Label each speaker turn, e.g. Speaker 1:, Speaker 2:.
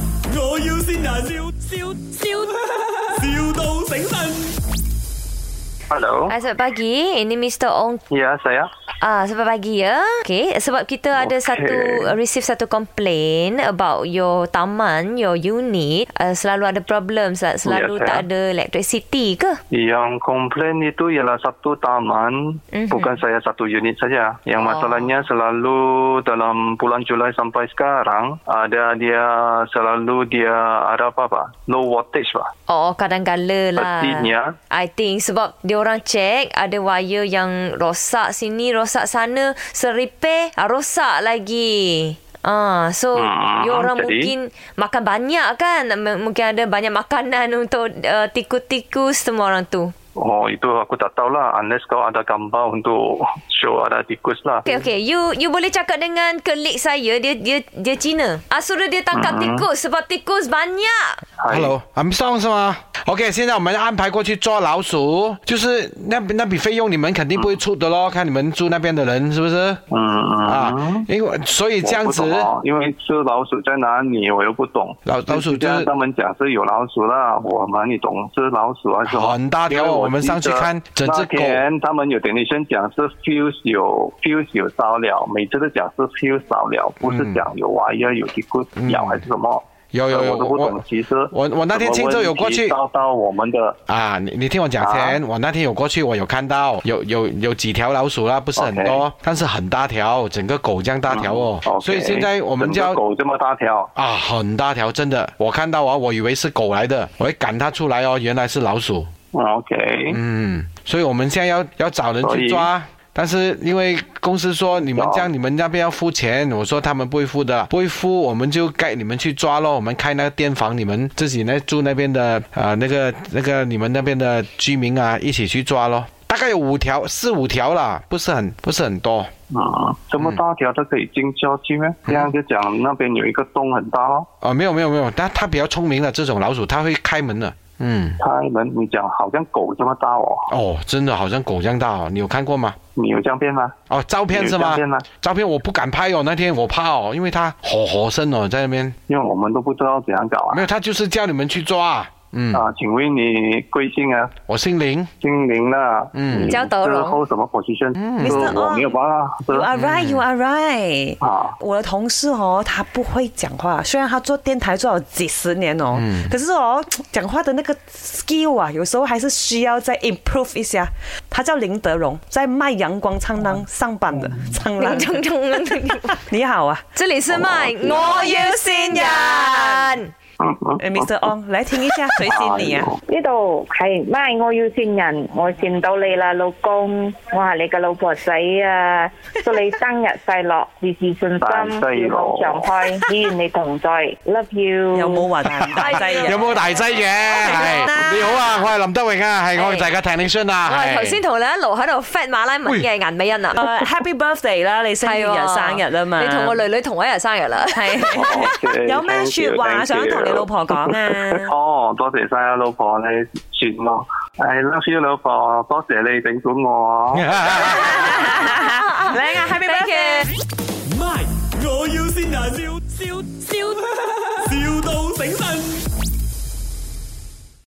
Speaker 1: 要先人，笑笑笑，,笑到醒神。
Speaker 2: Hello.
Speaker 3: Ah, Selamat pagi, ini Mr. Ong.
Speaker 2: Ya, saya.
Speaker 3: Ah, selamat pagi ya. Okay, sebab kita ada
Speaker 2: Okey.
Speaker 3: satu receive satu complaint about your taman, your unit uh, selalu ada problem, sel- selalu
Speaker 2: Ya, saya.
Speaker 3: tak ada electricity ke?
Speaker 2: Yang komplain itu ialah satu taman,
Speaker 3: Mhm.
Speaker 2: bukan saya satu unit saja. Yang
Speaker 3: Oh.
Speaker 2: masalahnya selalu dalam bulan Julai sampai sekarang ada dia selalu dia ada apa pak? Low wattage pak.
Speaker 3: Oh, kadang-kala lah.
Speaker 2: Pastinya.
Speaker 3: I think sebab dia orang check ada wire yang rosak sini, rosak sana, seripe, ah, rosak lagi. Ah, so
Speaker 2: Hmm,
Speaker 3: hmm, orang
Speaker 2: jadi?
Speaker 3: mungkin makan banyak kan? M- mungkin ada banyak makanan untuk uh, tikus-tikus semua orang tu.
Speaker 2: Oh itu aku tak tahulah. Unless kau ada gambar untuk show ada tikus lah.
Speaker 3: Okay, okay. You you boleh cakap dengan kelik saya. Dia dia dia Cina. Ah, suruh dia tangkap hmm. tikus sebab tikus banyak.
Speaker 2: Hai.
Speaker 4: Hello，俺们上是吗？OK，现在我们安排过去抓老鼠，就是那那笔费用你们肯定不会出的咯，看你们住那边的人是不是？
Speaker 2: 嗯嗯
Speaker 4: 啊
Speaker 2: 嗯，
Speaker 4: 因为所以这样
Speaker 2: 我
Speaker 4: 子
Speaker 2: 不懂哦因为是老鼠在哪里，我又不懂。
Speaker 4: 老老鼠就是
Speaker 2: 像他们讲是有老鼠啦，我们你懂是老鼠啊什么？
Speaker 4: 很大条
Speaker 2: 因为
Speaker 4: 我们上去看
Speaker 2: 记得
Speaker 4: 整只狗
Speaker 2: 那天他们有点先讲是 fuse 有 fuse 有烧了，每次都讲是 fuse 烧了，不是讲有娃要有一个咬还是什么？
Speaker 4: 嗯有有有
Speaker 2: 我都不懂
Speaker 4: 我。
Speaker 2: 其实
Speaker 4: 我我那天
Speaker 2: 什么
Speaker 4: 听
Speaker 2: 问
Speaker 4: 说有过
Speaker 2: 题
Speaker 4: 去
Speaker 2: 到到我们的
Speaker 4: 啊，你你听我讲
Speaker 2: 啊
Speaker 4: 先，我那天有过去，我有看到有有有几条老鼠啦，不是很
Speaker 2: OK 嗯
Speaker 4: 多但是很大条，整个狗这样大条哦，
Speaker 2: OK，
Speaker 4: 所以现在我们
Speaker 2: 整
Speaker 4: 就
Speaker 2: 个
Speaker 4: 要
Speaker 2: 狗这么大条，
Speaker 4: 啊，很大条，真的，我看到啊，我以为是狗来的，我会赶它出来哦，原来是老鼠。
Speaker 2: 嗯 OK，
Speaker 4: 嗯，所以我们现在要要找人
Speaker 2: 所以
Speaker 4: 去抓，但是因为公司说你们
Speaker 2: 哦
Speaker 4: 这样，你们那边要付钱，我说他们不会付的，不会付，我们就该你们去抓咯，我们开那个店房，你们自己呢住那边的呃那个那个你们那边的居民啊一起去抓咯。大概有五条四五条啦，不是很不是很多。
Speaker 2: 嗯，这么大条它可以进郊区
Speaker 4: 嗯
Speaker 2: 吗？这样就讲那边有一个洞很大哦。
Speaker 4: 哦，没有没有没有，但它比较聪明的这种老鼠，它会开门的。嗯，
Speaker 2: 开门，你讲好像狗这么大哦，
Speaker 4: 哦，真的好像狗这样大哦，你有看过吗？
Speaker 2: 你有这样变吗？
Speaker 4: 哦，照片是
Speaker 2: 你有这样
Speaker 4: 吗？
Speaker 2: 变吗？
Speaker 4: 照片我不敢拍哦，那天我怕哦，因为它吼吼声哦，在那边
Speaker 2: 因为我们都不知道怎样搞啊
Speaker 4: 没。有，他就是叫你们去抓。嗯，
Speaker 2: 啊，请问你贵姓啊？
Speaker 4: 我姓林，
Speaker 2: 姓林啊？
Speaker 4: 嗯
Speaker 2: 你
Speaker 3: 叫德
Speaker 2: 之
Speaker 3: 荣
Speaker 2: 后什么 position？
Speaker 4: 嗯
Speaker 2: 是
Speaker 5: Mr.
Speaker 2: 我没有办法。是
Speaker 5: You are right, you are right.
Speaker 2: 啊，
Speaker 5: 我的同事哦，他不会讲话，虽然他做电台做了几十年哦，可是哦，讲话的那个 skill 啊，有时候还是需要再 improve 一下。他叫林德荣，在卖阳光苍浪上班的苍浪。
Speaker 3: 嗯
Speaker 5: 你好啊，
Speaker 3: 这里是麦，我要新人。
Speaker 5: 呃，Mr. On，来听一下，谁信你啊？
Speaker 6: 呢度係咪我要善人，我善到你啦，老公，我係你嘅老婆仔啊！ 祝你生日快樂，事事順
Speaker 2: 生日
Speaker 6: 心，
Speaker 2: 快樂
Speaker 6: 笑口常開，與你同在，love you。
Speaker 5: 有冇啊話大劑
Speaker 3: 有
Speaker 4: 有
Speaker 5: 嘅？
Speaker 4: 冇大劑嘅？係你好啊，我係林德榮啊，係我哋大家 technician 啊。
Speaker 3: 我係
Speaker 4: 係
Speaker 3: 頭先同你一路喺度 fat 馬拉文嘅顏美欣啊。
Speaker 5: 誒呃 Happy birthday 啦！你星期日
Speaker 3: 喎
Speaker 5: 生日啊嘛，
Speaker 3: 哎你同我女女同一日生日啦。
Speaker 2: 哦
Speaker 5: 係有咩説話想同你老婆講啊？
Speaker 2: 哦，多謝晒啊，老婆你算咯。I love you，老婆，多謝你整蠱我。
Speaker 5: 嚟啊 ，Happy
Speaker 3: Thank you
Speaker 5: birthday！
Speaker 1: 卖，我要先人，笑